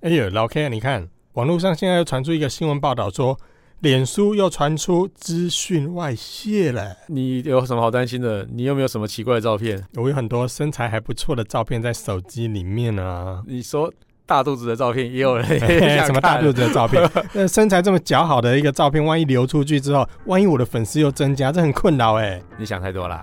哎呦，老 K，啊你看网络上现在又传出一个新闻报道说，脸书又传出资讯外泄了。你有什么好担心的？你有没有什么奇怪的照片？。我有很多身材还不错的照片在手机里面啊 你说大肚子的照片也 有人哎什么大肚子？子的照片？ 那身材这么姣好的一个照片，万一流出去之后，万一我的粉丝又增加，这很困扰哎、你想太多啦。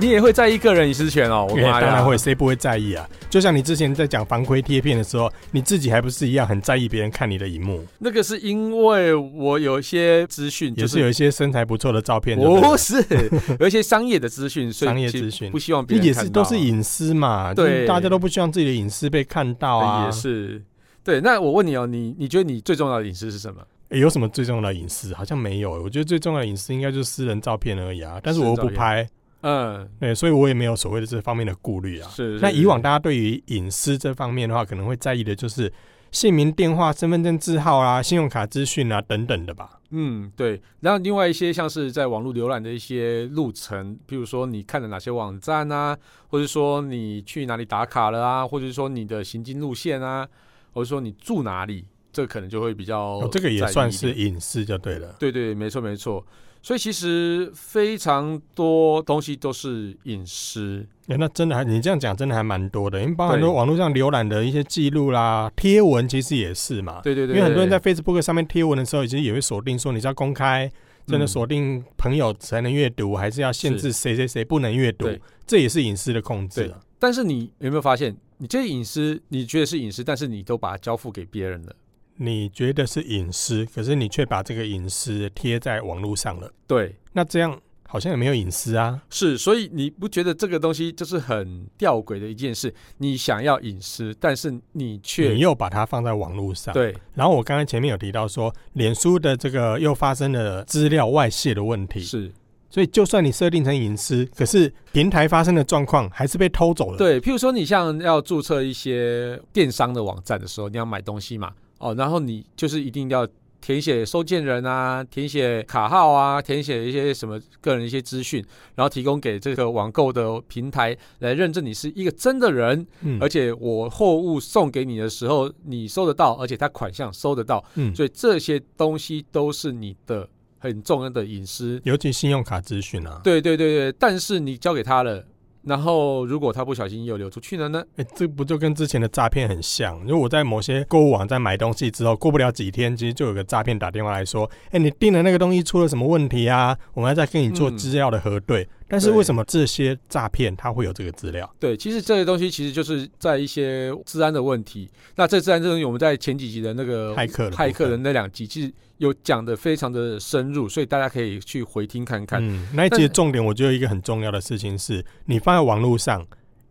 你也会在意个人隐私权哦？我因为妈呀哎当然会，。谁不会在意啊？就像你之前在讲防窥贴片的时候，你自己还不是一样很在意别人看你的荧幕，那个是因为我有一些资讯，也就是哦有一些身材不错的照片，对不对不是有一些商业的资讯，所以商业其实资讯不希望别这人也看是到啊都是隐私嘛，就对哎是大家都不希望自己的隐私被看到啊。也是。对，那我问你哦，你你觉得你最重要的隐私是什么？诶有什么最重要的隐私？好像没有、我觉得最重要的隐私应该就是私人照片而已啊。但是我又不私人照片拍，嗯，对，所以我也没有所谓的这方面的顾虑啊。是。那是以往大家对于隐私这方面的话，可能会在意的就是姓名、电话、身份证字号啦、信用卡资讯啊等等的吧。嗯，对。然后另外一些像是在网络浏览的一些路程，譬如说你看了哪些网站啊，或者说你去哪里打卡了啊，或者说你的行进路线啊，或者说你住哪里，这可能就会比较、哦，这个也算是。隐私就对了。对对，没错没错。所以其实非常多东西都是隐私。诶那真的还，你这样讲真的还蛮多的，因为包含对说网络上浏览的一些记录啦、贴文，其实也是嘛。对对对因为很多人对在 Facebook 上面贴文的时候，其实也会锁定说你是要公开，真的嗯锁定朋友才能阅读，还是要限制谁谁谁不能阅读对？这也是隐私的控制啊。但是你有没有发现，你这些隐私，你觉得是隐私，但是你都把它交付给别人了。你觉得是隐私，可是你却把这个隐私贴在网络上了，对，那这样好像也没有隐私啊。是，所以你不觉得这个东西就是很吊诡的一件事？你想要隐私，但是你却你又把它放在网络上，。对然后我刚才前面有提到说，脸书的这个又发生了资料外泄的问题，是，所以就算你设定成隐私，可是平台发生的状况还是被偷走了。对。譬如说，你像要注册一些电商的网站的时候，你要买东西嘛，哦，然后你就是一定要填写收件人啊，填写卡号啊，填写一些什么个人一些资讯，然后提供给这个网购的平台来认证你是一个真的人，嗯，而且我货物送给你的时候，你收得到，而且它款项收得到，嗯所以这些东西都是你的很重要的隐私。尤其信用卡资讯啊，对对对对，但是你交给他了，然后如果他不小心又流出去了呢？哎、这不就跟之前的诈骗很像？就我在某些购物网站买东西之后，过不了几天，其实就有个诈骗打电话来说：“哎、你订的那个东西出了什么问题啊？我们要再跟你做嗯资料的核对。但是对为什么这些诈骗它会有这个资料？对，其实这些东西其实就是在一些治安的问题。那这治安这东西，我们在前几集的那个骇客的部分呃骇客的那两集，其实有讲的非常的深入，所以大家可以去回听看看。嗯，那一集的重点，我觉得一个很重要的事情是，你放在网络上，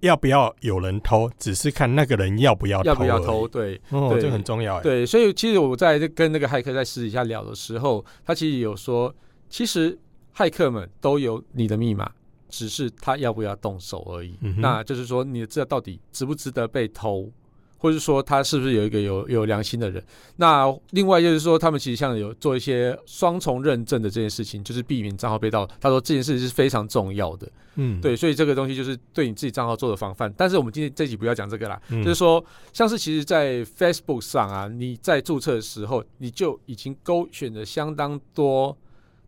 要不要有人偷，只是看那个人要不要偷，要不要偷？？对，哦，对这个很重要哎。对，所以其实我在跟那个骇客在私底下聊的时候，他其实有说，其实骇客们都有你的密码，只是他要不要动手而已。嗯哼那就是说，你的资料到底值不值得被偷，或是说他是不是有一个有有良心的人？那另外就是说，他们其实像有做一些双重认证的这件事情，就是避免账号被盗。他说这件事是非常重要的。嗯，对，所以这个东西就是对你自己账号做的防范。但是我们今天这集不要讲这个啦，嗯就是说，像是其实，在 Facebook 上啊，你在注册的时候，你就已经勾选了相当多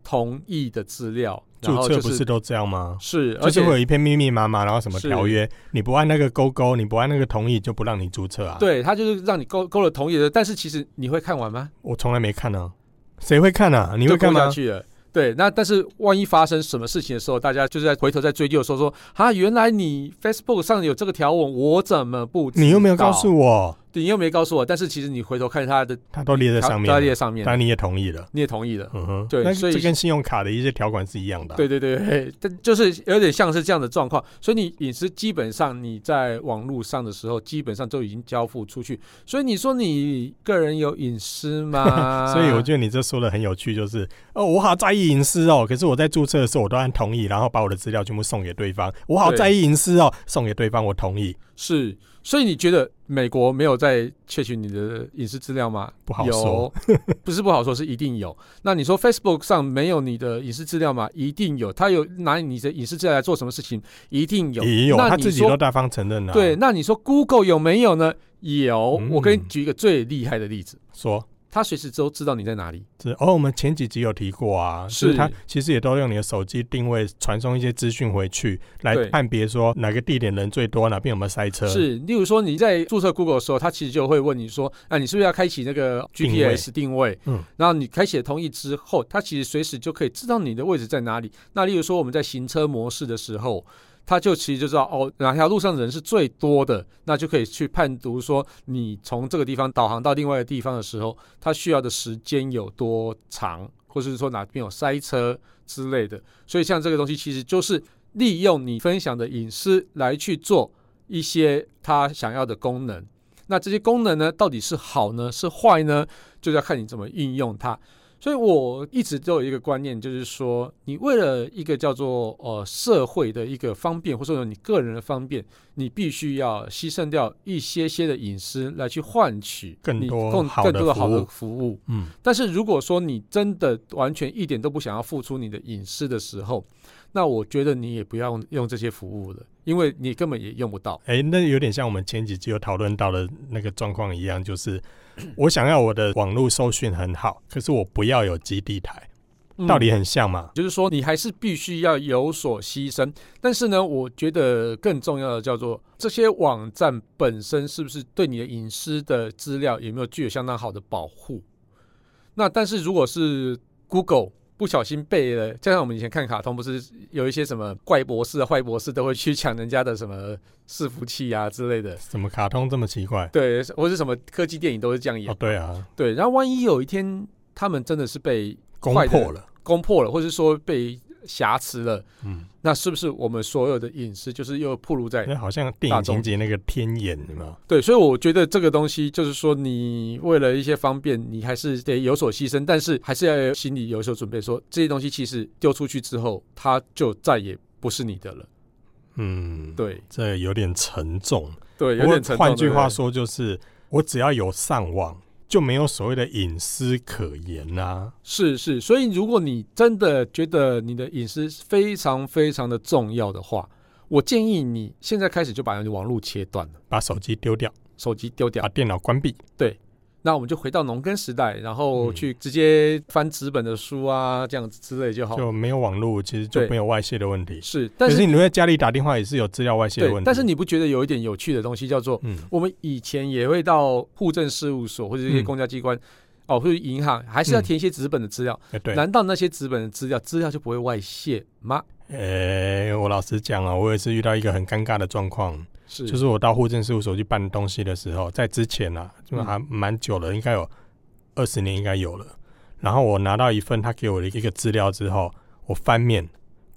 同意的资料，然注后册就不是是都这样吗？是，就而是且会有一篇密密麻麻，然后什么是条约，你不按那个勾勾，你不按那个同意，就不让你注册啊。，对他就是让你勾勾了同意的，但是其实你会看完吗？我从来没看啊，谁会看啊？你会就看勾下吗？去了。对，那但是万一发生什么事情的时候，大家就是在回头再追究的时候说，啊，原来你 Facebook 上有这个条文，我怎么不知道？你又没有告诉我，对你又没告诉我，但是其实你回头看它的它都列在上面条了，条列上面，但你也同意了，你也同意了。嗯哼，对那所以这跟信用卡的一些条款是一样的啊、对对对，嘿但就是有点像是这样的状况，所以你隐私基本上你在网络上的时候，基本上都已经交付出去，所以你说你个人有隐私吗？ 所以我觉得你这说的很有趣，就是哦，我好在意隐私哦，可是我在注册的时候我都按同意，然后把我的资料全部送给对方，我好对在意隐私哦，送给对方我同意，是，所以你觉得美国没有在窃取你的隐私资料吗？不好有说， 不是不好说，是一定有。那你说 Facebook 上没有你的隐私资料吗？一定有，他有拿你的隐私资料来做什么事情？一定有。也有那他你自己说都大方承认了、啊，对，，那你说 Google 有没有呢？有。嗯我给你举一个最厉害的例子，说。他随时都知道你在哪里。是哦，我们前几集有提过啊，是就是它其实也都用你的手机定位传送一些资讯回去，来对判别说哪个地点人最多，哪边有没有塞车。是，例如说你在注册 Google 的时候，它其实就会问你说，啊，你是不是要开启那个定位 GPS 定位？嗯，然后你开启了同意之后，它其实随时就可以知道你的位置在哪里。那例如说我们在行车模式的时候。它就其实就知道哦，哪条路上的人是最多的，那就可以去判读说你从这个地方导航到另外一个地方的时候，它需要的时间有多长，或者是说哪边有塞车之类的。所以像这个东西，其实就是利用你分享的隐私来去做一些它想要的功能。那这些功能呢，到底是好呢，是坏呢？就要看你怎么运用它。所以我一直都有一个观念，就是说，你为了一个叫做呃社会的一个方便，或者说你个人的方便，你必须要牺牲掉一些些的隐私来去换取更你多更好更的多的服好的务服务。嗯，但是如果说你真的完全一点都不想要付出你的隐私的时候，那我觉得你也不要用用这些服务了，因为你根本也用不到。哎、那有点像我们前几集有讨论到的那个状况一样，就是我想要我的网络搜讯很好，可是我不要有基地台，嗯道理很像嘛。就是说，你还是必须要有所牺牲。但是呢，我觉得更重要的叫做这些网站本身是不是对你的隐私的资料有没有具有相当好的保护？那但是如果是 Google 不小心被了，就像我们以前看卡通，不是有一些什么怪博士啊、坏博士都会去抢人家的什么伺服器啊之类的，怎么卡通这么奇怪？对，或是什么科技电影都是这样演。哦，对啊，对，然后万一有一天他们真的是被攻坏的破了，攻破了，或是说被瑕疵了。嗯，那是不是我们所有的隐私就是又暴露在那好像电大影众情节那个天眼嘛，对？所以我觉得这个东西就是说，你为了一些方便，你还是得有所牺牲，但是还是要有心里有所准备说，这些东西其实丢出去之后，它就再也不是你的了。嗯，，对这有点沉重。对，有不过点沉重。换句话对说，就是我只要有上网，就没有所谓的隐私可言啊。不对，是是。所以如果你真的觉得你的隐私非常非常的重要的话，我建议你现在开始就把你的网络切断了，把手机丢掉，手机丢掉把。电脑关闭，那我们就回到农耕时代，然后嗯去直接翻纸本的书啊，这样子之类就好。就没有网络，其实就对没有外泄的问题。是，可但是是你在家里打电话也是有资料外泄的对问，题。但是你不觉得有一点有趣的东西叫做，嗯，我们以前也会到户政事务所或者一些嗯公家机关，哦，或者银行，还是要嗯填一些纸本的资料。哎对，难道那些纸本的资料，资料就不会外泄吗？诶、我老实讲啊，我也是遇到一个很尴尬的状况，是，就是我到户政事务所去办东西的时候，在之前啊，就嗯还蛮久了，应该有二十年，应该有了。然后我拿到一份他给我的一个资料之后，我翻面，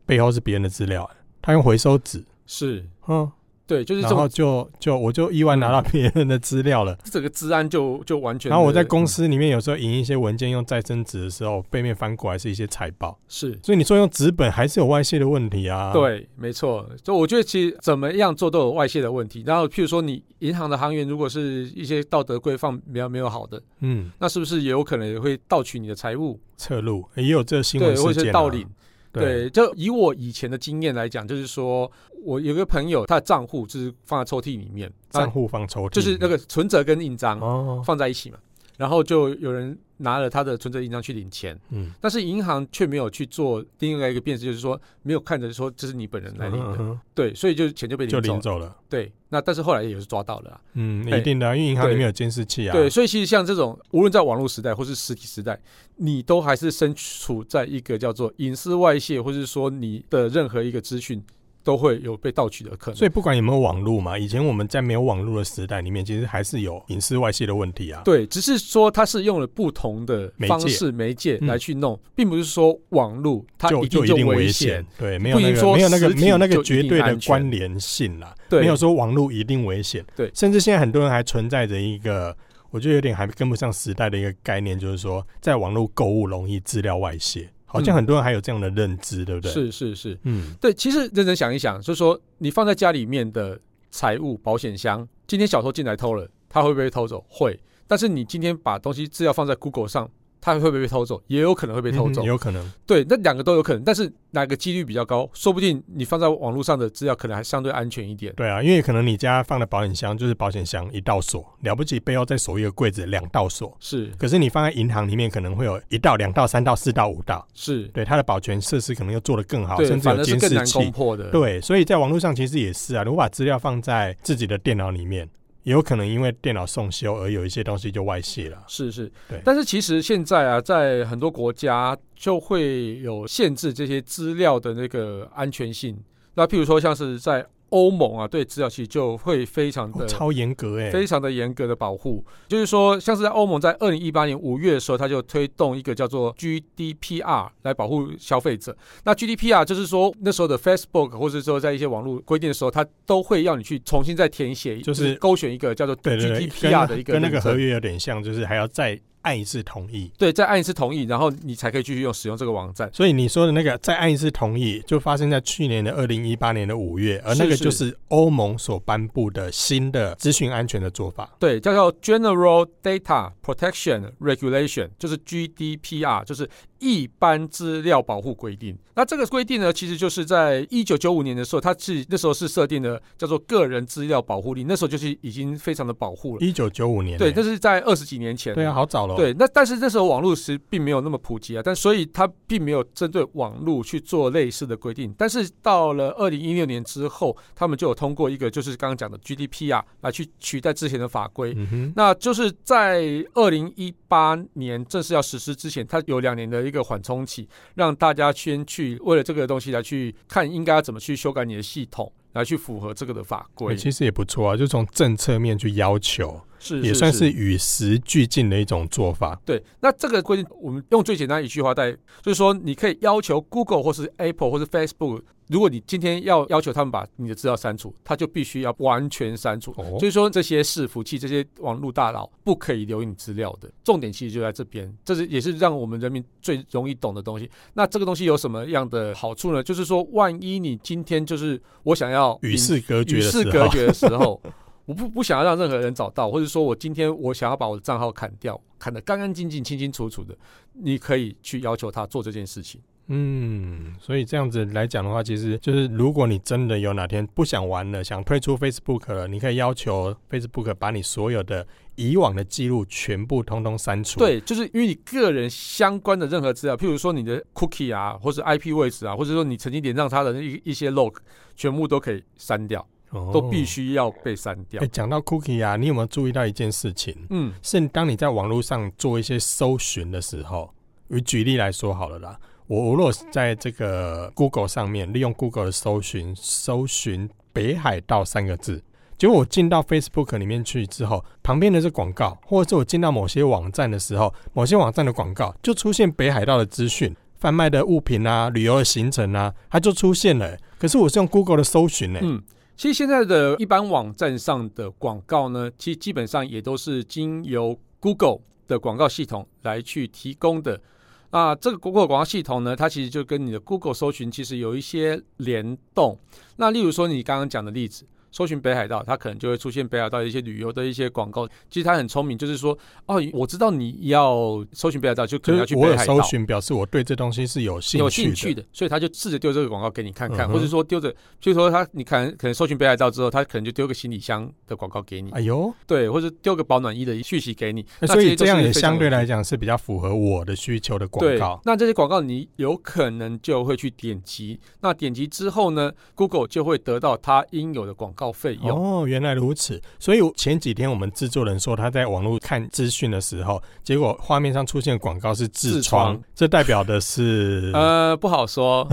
背后是别人的资料，他用回收纸，是，嗯，对，就是嗯这然后种就就我就意外拿到别人的资料了。这个治安就就完全的。然后我在公司里面有时候印一些文件用再生纸的时候，背面翻过来是一些财报，是所以你说用纸本还是有外泄的问题啊。，对，没错。就我觉得其实怎么样做都有外泄的问题。然后，譬如说你银行的行员，如果是一些道德规范比较没有好的，嗯，那是不是也有可能也会盗取你的财物？侧录也有这个新闻对，事或者件、是啊。盗领。对，就以我以前的经验来讲，就是说我有个朋友，他的账户就是放在抽屉里面，账啊户放抽屉，就是那个存折跟印章哦，放在一起嘛，然后就有人拿了他的存折印章去领钱，嗯，但是银行却没有去做另外一个辨识，就是说没有看着说这是你本人来领嗯的，哼对，所以就钱就被就领走领了。走了。对，那但是后来也是抓到了啊。嗯，哎一定的啊，因为银行对里面有监视器啊。对，，所以其实像这种，无论在网络时代或是实体时代，你都还是身处在一个叫做隐私外泄，或是说你的任何一个资讯都会有被盗取的可能。所以不管有没有网络嘛，以前我们在没有网络的时代里面，其实还是有隐私外泄的问题啊。对，只是说它是用了不同的方式媒介嗯来去弄，并不是说网络它就一定一定危险。，对，没有不一那定个说没有那个实体没有那个就一绝定对的安全关联性啦，对，没有说网络一定危险，对甚至现在很多人还存在着一个，我觉得有点还跟不上时代的一个概念，就是说在网络购物容易资料外泄，好像嗯很多人还有这样的认知，对不对？，是是是，嗯，对。其实认真想一想，就是说你放在家里面的财物保险箱，今天小偷进来偷了，他会不会被偷走？会。但是你今天把东西资料放在 Google 上，它会不会被偷走？也有可能会被偷嗯走。有可能，对，那两个都有可能，但是哪个几率比较高？说不定你放在网络上的资料可能还相对安全一点。对啊，因为可能你家放的保险箱就是保险箱一道锁，了不起背后再锁一个柜子两道锁，是可是你放在银行里面可能会有一道、两道、三道、四道、五道，是，对它的保全设施可能又做得更好，对，甚至反有而是监更视难器攻，破的。对，所以在网络上其实也是啊，如果把资料放在自己的电脑里面，也有可能因为电脑送修而有一些东西就外泄了。是是对，但是其实现在啊，在很多国家就会有限制这些资料的那个安全性。那譬如说，像是在欧盟啊，对资料其实就会非常哦的、超严格哎、非常的严格的保护。就是说，像是在欧盟在二零一八年五月的时候，它就推动一个叫做 GDPR 来保护消费者。那 GDPR 就是说那时候的 Facebook 或者说在一些网络规定的时候，它都会要你去重新再填写，就是勾选一个叫做对对对， GDPR 跟啊的一个跟那个认证合约有点像，就是还要再按一次同意。对，再按一次同意，然后你才可以继续用使用这个网站。所以你说的那个再按一次同意，就发生在去年的二零一八年的五月，而那个是是就是欧盟所颁布的新的资讯安全的做法。对，叫做 General Data Protection Regulation，就是 GDPR，就是一般资料保护规定。那这个规定呢，其实就是在一九九五年的时候，它是那时候是设定的叫做个人资料保护令，那时候就是已经非常的保护了。一九九五年、对，欸，那是在二十几年前。对啊，。好早了。，对，那但是那时候网络其实并没有那么普及啊，但所以它并没有针对网络去做类似的规定。但是到了二零一六年之后，他们就有通过一个就是刚刚讲的 GDPR 啊来去取代之前的法规。嗯哼，那就是在二零一八年正式要实施之前，它有两年的一个缓冲期，让大家先去为了这个东西来去看应该要怎么去修改你的系统，来去符合这个的法规。欸其实也不错啊，就从政策面去要求，是也算是与时俱进的一种做法。对，那这个规定，我们用最简单一句话带，就是说，你可以要求 Google 或是 Apple 或是 Facebook，如果你今天要要求他们把你的资料删除，他就必须要完全删除。哦所以说，这些伺服器、这些网络大佬不可以留你资料的。重点其实就在这边，这是也是让我们人民最容易懂的东西。那这个东西有什么样的好处呢？就是说，万一你今天就是我想要与世隔绝与的时世候，隔绝的时候，我不不想要让任何人找到，或者说我今天我想要把我的账号砍掉，砍得干干净净、清清楚楚的，你可以去要求他做这件事情。嗯，所以这样子来讲的话，其实就是如果你真的有哪天不想玩了，想退出 Facebook 了，你可以要求 Facebook 把你所有的以往的记录全部通通删除。，对，就是因为你个人相关的任何资料，譬如说你的 cookie 啊，或是 IP 位置啊，或者说你曾经连上他的一一些 log，全部都可以删掉，哦都必。须要被删掉哎、。讲到 Cookie 啊，你有没有注意到一件事情？嗯，是当你在网络上做一些搜寻的时候，我举例来说好了啦，我我如果是在这个 Google 上面利用 Google 的搜寻搜寻“北海道”三个字，结果我进到 Facebook 里面去之后，旁边的是广告，或者是我进到某些网站的时候，某些网站的广告就出现北海道的资讯。贩卖的物品啊，旅游的行程啊，它就出现了欸、可是我是用 Google 的搜寻欸呢、嗯，其实现在的一般网站上的广告呢，其实基本上也都是经由 Google 的广告系统来去提供的。啊，这个 Google 广告系统呢，它其实就跟你的 Google 搜寻其实有一些联动。那例如说你刚刚讲的例子，搜寻北海道，它可能就会出现北海道的一些旅游的一些广告。其实它很聪明，就是说，哦，我知道你要搜寻北海道，就可能就要是去我北有海搜道。寻，表示我对这东西是有兴有趣的。兴趣的，所以他就试着丢这个广告给你看看，嗯哼或者说丢着，譬如说他你看可能搜寻北海道之后，他可能就丢个行李箱的广告给你，哎呦，对，或者丢个保暖衣的讯息给你，那那所以些都这样是也非常相对有来讲是比较符合我的需求的广对告，。那这些广告你有可能就会去点击，那点击之后呢，Google 就会得到它应有的广告耗费用。哦，原来如此。所以前几天我们制作人说他在网络看资讯的时候，结果画面上出现广告是痔痔疮，疮这代表的是 呃，不好说，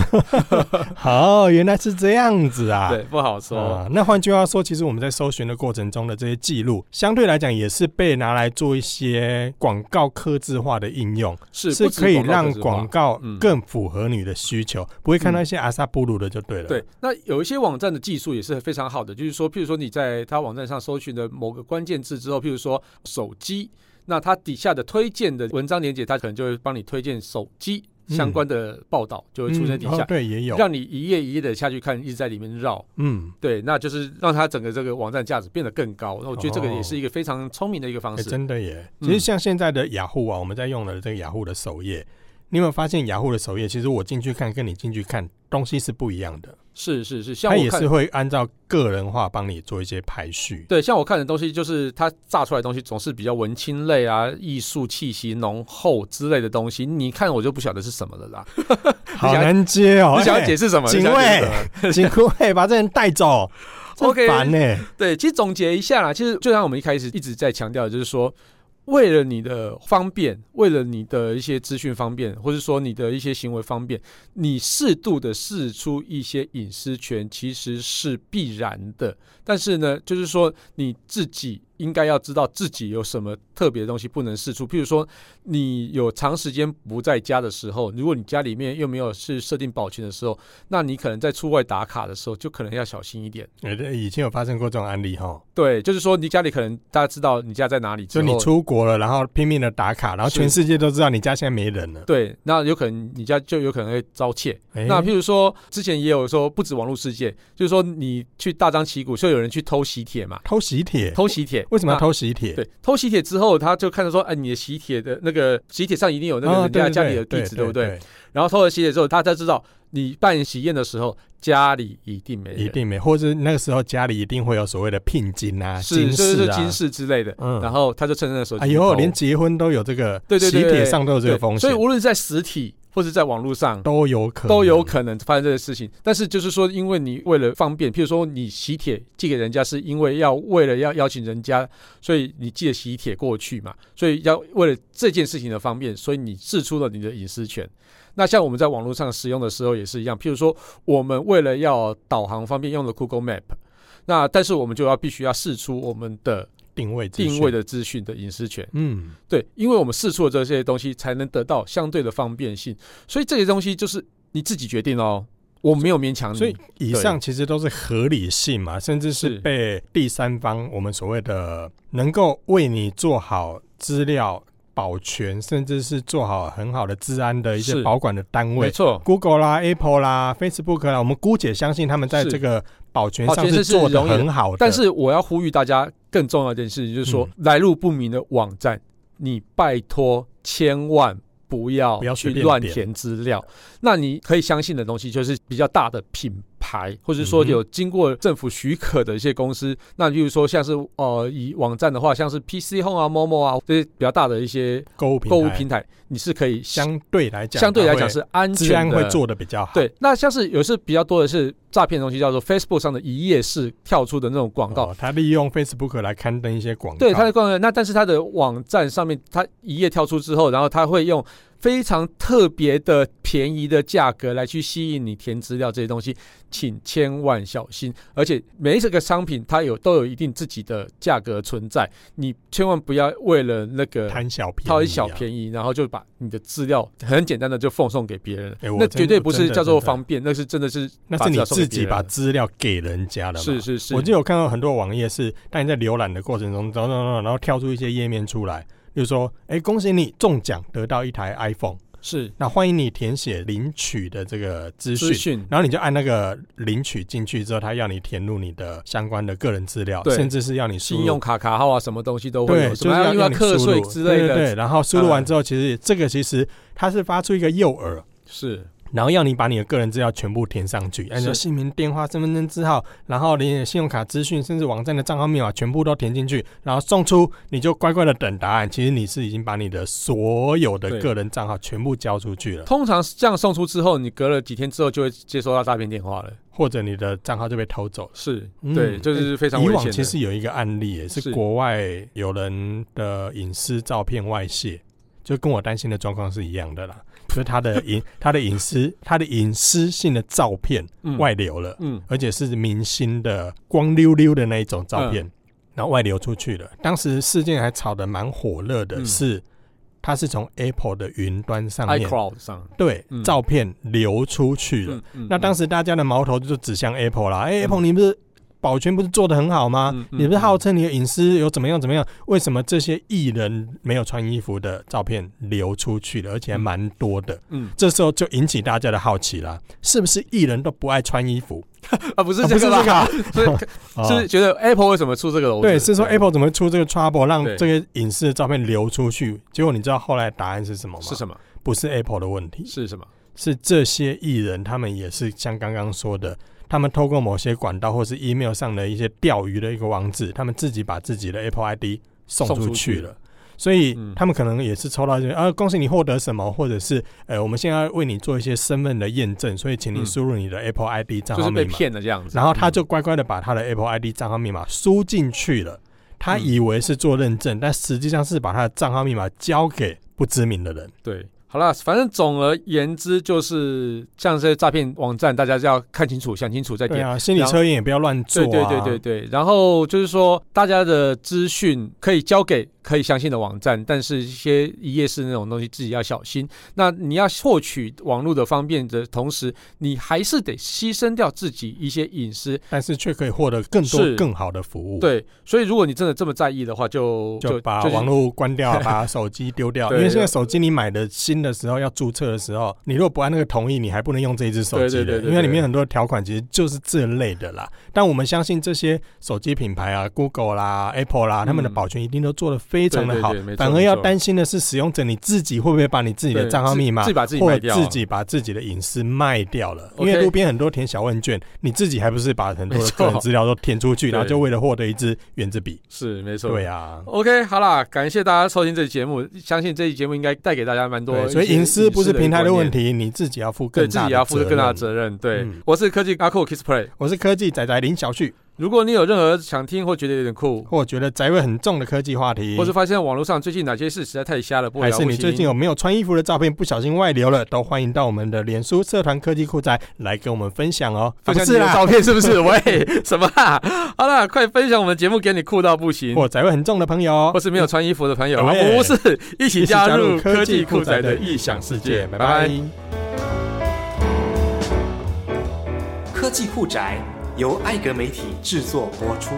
哦，原来是这样子啊。对，不好说。啊那换句话说，其实我们在搜寻的过程中的这些记录，相对来讲也是被拿来做一些广告刻字化的应用，是是不止可以广告让客制化广告嗯更符合你的需求，不会看到一些阿萨布鲁的就对了。啊对，那有一些网站的技术也是非常好的，就是说，譬如说你在它网站上搜寻的某个关键字之后，譬如说手机，那它底下的推荐的文章连接，它可能就会帮你推荐手机相关的报道，就会出现底嗯下，哦对，也有，让你一页一页的下去看，一直在里面绕。嗯，对，那就是让它整个这个网站价值变得更高。那我觉得这个哦也是一个非常聪明的一个方哎，式。真的耶！嗯其实像现在的雅虎啊，我们在用的这个雅虎的首页，你有没有发现雅虎的首页，其实我进去看跟你进去看东西是不一样的，是是是，像它我也看是会按照个人化帮你做一些排 序。对，像我看的东西，就是它炸出来的东西总是比较文青类啊、艺术气息浓厚之类的东西，你看我就不晓得是什么了啦。好难接哦、你想要哎解释什么？警你想要解释什 么警卫把这人带走，真 OK 烦呢、对，其实总结一下啦，其实就像我们一开始一直在强调，的就是说，为了你的方便，为了你的一些资讯方便，或者说你的一些行为方便，你适度的试出一些隐私权，其实是必然的。但是呢，就是说你自己应该要知道自己有什么特别的东西不能试出，譬如说你有长时间不在家的时候，如果你家里面又没有是设定保全的时候，那你可能在出外打卡的时候，就可能要小心一点。哎对以前有发生过这种案例哈，对，就是说你家里可能大家知道你家在哪里之就后，你出国了，然后拼命的打卡，然后是全世界都知道你家现在没人了。对，那有可能你家就有可能会遭窃。哎那譬如说之前也有说，不止网络世界，就是说你去大张旗鼓，就有人去偷喜帖嘛，偷喜帖，偷喜帖为什么要那偷喜帖？对，偷喜帖之后，他就看到说，哎，你的喜帖的那个喜帖上一定有那哦个人家对家对里的地址，对不对？对？然后偷了喜帖之后，他才知道你办喜宴的时候家里一定没人，一定没，或者那个时候家里一定会有所谓的聘金啊、是金是饰是啊。金饰之类的。嗯然后他就趁那个时候哎进去呦，偷连结婚都有这个，对对对喜对帖上都有这个对风险，所以无论在实体或是在网络上，都有可能都有可能发生这个事情。但是就是说，因为你为了方便，譬如说你喜帖寄给人家，是因为要为了要邀请人家，所以你寄了喜帖过去嘛，所以要为了这件事情的方便，所以你试出了你的隐私权。那像我们在网络上使用的时候也是一样，譬如说我们为了要导航方便用了 Google Map。那但是我们就要必须要试出我们的定位资讯定位，的资讯的隐私权，嗯，对，因为我们试出了这些东西，才能得到相对的方便性。所以这些东西就是你自己决定哦，我没有勉强你。所以以上其实都是合理性嘛，甚至是是被第三方我们所谓的能够为你做好资料保全，甚至是做好很好的治安的一些是保管的单没位错， ，Google 啦、Apple 啦、Facebook 啦，我们姑且相信他们在是这个保全保上全是做的容易的很好的，但是我要呼吁大家更重要的一件事情，就是说、嗯来路不明的网站，你拜托千万。不要不要去随便乱点填资料。那你可以相信的东西就是比较大的品牌，或者说嗯哼有经过政府许可的一些公司。那例如说像是呃，以网站的话，像是 PC Home 啊、Momo 啊这些比较大的一些购物平购物台平台，你是可以相相对来讲，相对来它讲会是安全治的。安会做的比较好。哦对，那像是有时比较多的是诈骗的东西，叫做 Facebook 上的一页式跳出的那种广告。哦，他利用 Facebook 来刊登一些广告，对，它的广告，那但是它的网站上面，它一页跳出之后，然后它会用非常特别的便宜的价格来去吸引你填资料这些东西，请千万小心。而且每一个商品它有都有一定自己的价格存在，你千万不要为了那个哦贪小便宜、啊掏一小宜。便宜，然后就把你的资料很简单的就奉送给别人了，哎我那真绝对不真是的叫真做的方便，那是真的是那是你自己把把资料给人家了嘛？哦是是是，我就有看到很多网页是，当你在浏览的过程中，然后然后然后跳出一些页面出来，比如说，哎、恭喜你中奖得到一台 iPhone，是那欢迎你填写领取的这个资资讯。讯然后你就按那个领取进去之后，他要你填入你的相关的个人资料，对甚至是要你输入信用卡卡号啊，什么东西都会对，有，就什是么要因为让你课输税入之类对对的，对，然后输入完嗯之后，其实这个其实它是发出一个诱饵，是然后要你把你的个人资料全部填上去，按照是姓名、电话、身份证字号，然后连你的信用卡资讯，甚至网站的账号密码全部都填进去，然后送出，你就乖乖的等答案。其实你是已经把你的所有的对个人账号全部交出去了。通常这样送出之后，你隔了几天之后就会接收到诈骗电话了。或者你的账号就被偷走了。是嗯对，这是非常以危往险其的。实有一个案例耶，是是国外有人的隐私照片外泄，就跟我担心的状况是一样的啦，就是他 的隐他的隐私他的隐私性的照片嗯外流了，嗯而且是明星的光溜溜的那一种照嗯片，然后外流出去了。当时事件还炒得蛮火热的嗯是，它是从 Apple 的云端上面，iCloud 上，对、嗯照片流出去了。嗯那当时时大家的矛头就指向 Apple 啦，哎、a p p l e 你不是保全不是做的很好吗？嗯嗯啊你不是嗯号称你的隐私有怎么样怎么样？为什么这些艺人没有穿衣服的照片流出去了，而且还蛮多的？嗯这时候就引起大家的好奇啦，是不是艺人都不爱穿衣服？啊不是啊这个不是这个啦啊， 所以哦是觉得 Apple 为什么出这个篓子？对，是说 Apple 怎么会出这个 trouble，让对这个隐私的照片流出去？结果你知道后来答案是什么吗？是什么？不是 Apple 的问题，是什么？是这些艺人他们也是像刚刚说的，他们透过某些管道或是 email 上的一些钓鱼的一个网址，他们自己把自己的 Apple ID 送送出出去去了。所以嗯他们可能也是抽到这些，啊，恭喜你获得什么，或者是呃，我们现在要为你做一些身份的验证，所以请嗯你输入你的 Apple ID 账号就是密被码。骗的这样子。然后他嗯就乖乖的把他的 Apple ID 账号密码输进去了。他嗯以为是做认证，但实际上是把他的账号密码交给不知名的人。对，好啦，反正总而言之，就是像这些诈骗网站，大家就要看清楚、想清楚再对点。啊，心理测验也不要乱做、对啊。对对对对，然后就是说，大家的资讯可以交给可以相信的网站，但是一些一页式那种东西自己要小心。那你要获取网络的方便的同时，你还是得牺牲掉自己一些隐私。但是却可以获得更是多更好的服务。，对，所以如果你真的这么在意的话，就就把是网络关掉，把手机丢掉。 对因为现在手机你买的新的时候要注册的时候，你如果不按那个同意，你还不能用这一只手机对的，对对对因为里面很多条款其实就是这类的啦。但我们相信这些手机品牌啊，Google 啦、Apple 啦，他们的嗯保全一定都做得非常的好。对对对没错反而要没错担心的是，使用者你自己会不会把你自己的对账号自密码自己把自己或卖掉，自己把自己的隐私卖掉了，因 OK 为路边很多填小问卷，你自己还不是把很多没的错个人资料都填出去，对然后就为了获得一支圆珠笔？是没错。对啊， OK，好啦，感谢大家收听这期节目，相信这期节目应该带给大家蛮多对，一所以些隐私不是平台的问观念，题，你自己要负对更自大己的也要负责更大的任。责任。对，嗯我是科技阿酷 Kissplay。我是科技仔仔林小旭，如果你有任何想听或觉得有点酷，或觉得宅味很重的科技话题或，是发现网络上最近哪些事实在太瞎了，不嗯还了是不你起，最近有没有穿衣服的照片不小心外流了，都欢迎到我们的脸书社团科技酷宅来跟我们分享哦。分享啊你不是的啦，照片是不是？ 喂，什么啦？好啦，快分享我们节目给你酷到 不行，或宅味很重的朋友哦或，是没有穿衣服的朋友，啊喂不是一起加入科技酷酷宅宅的的异异想想世世界界，。拜拜拜。拜科技酷宅由艾格媒体制作播出。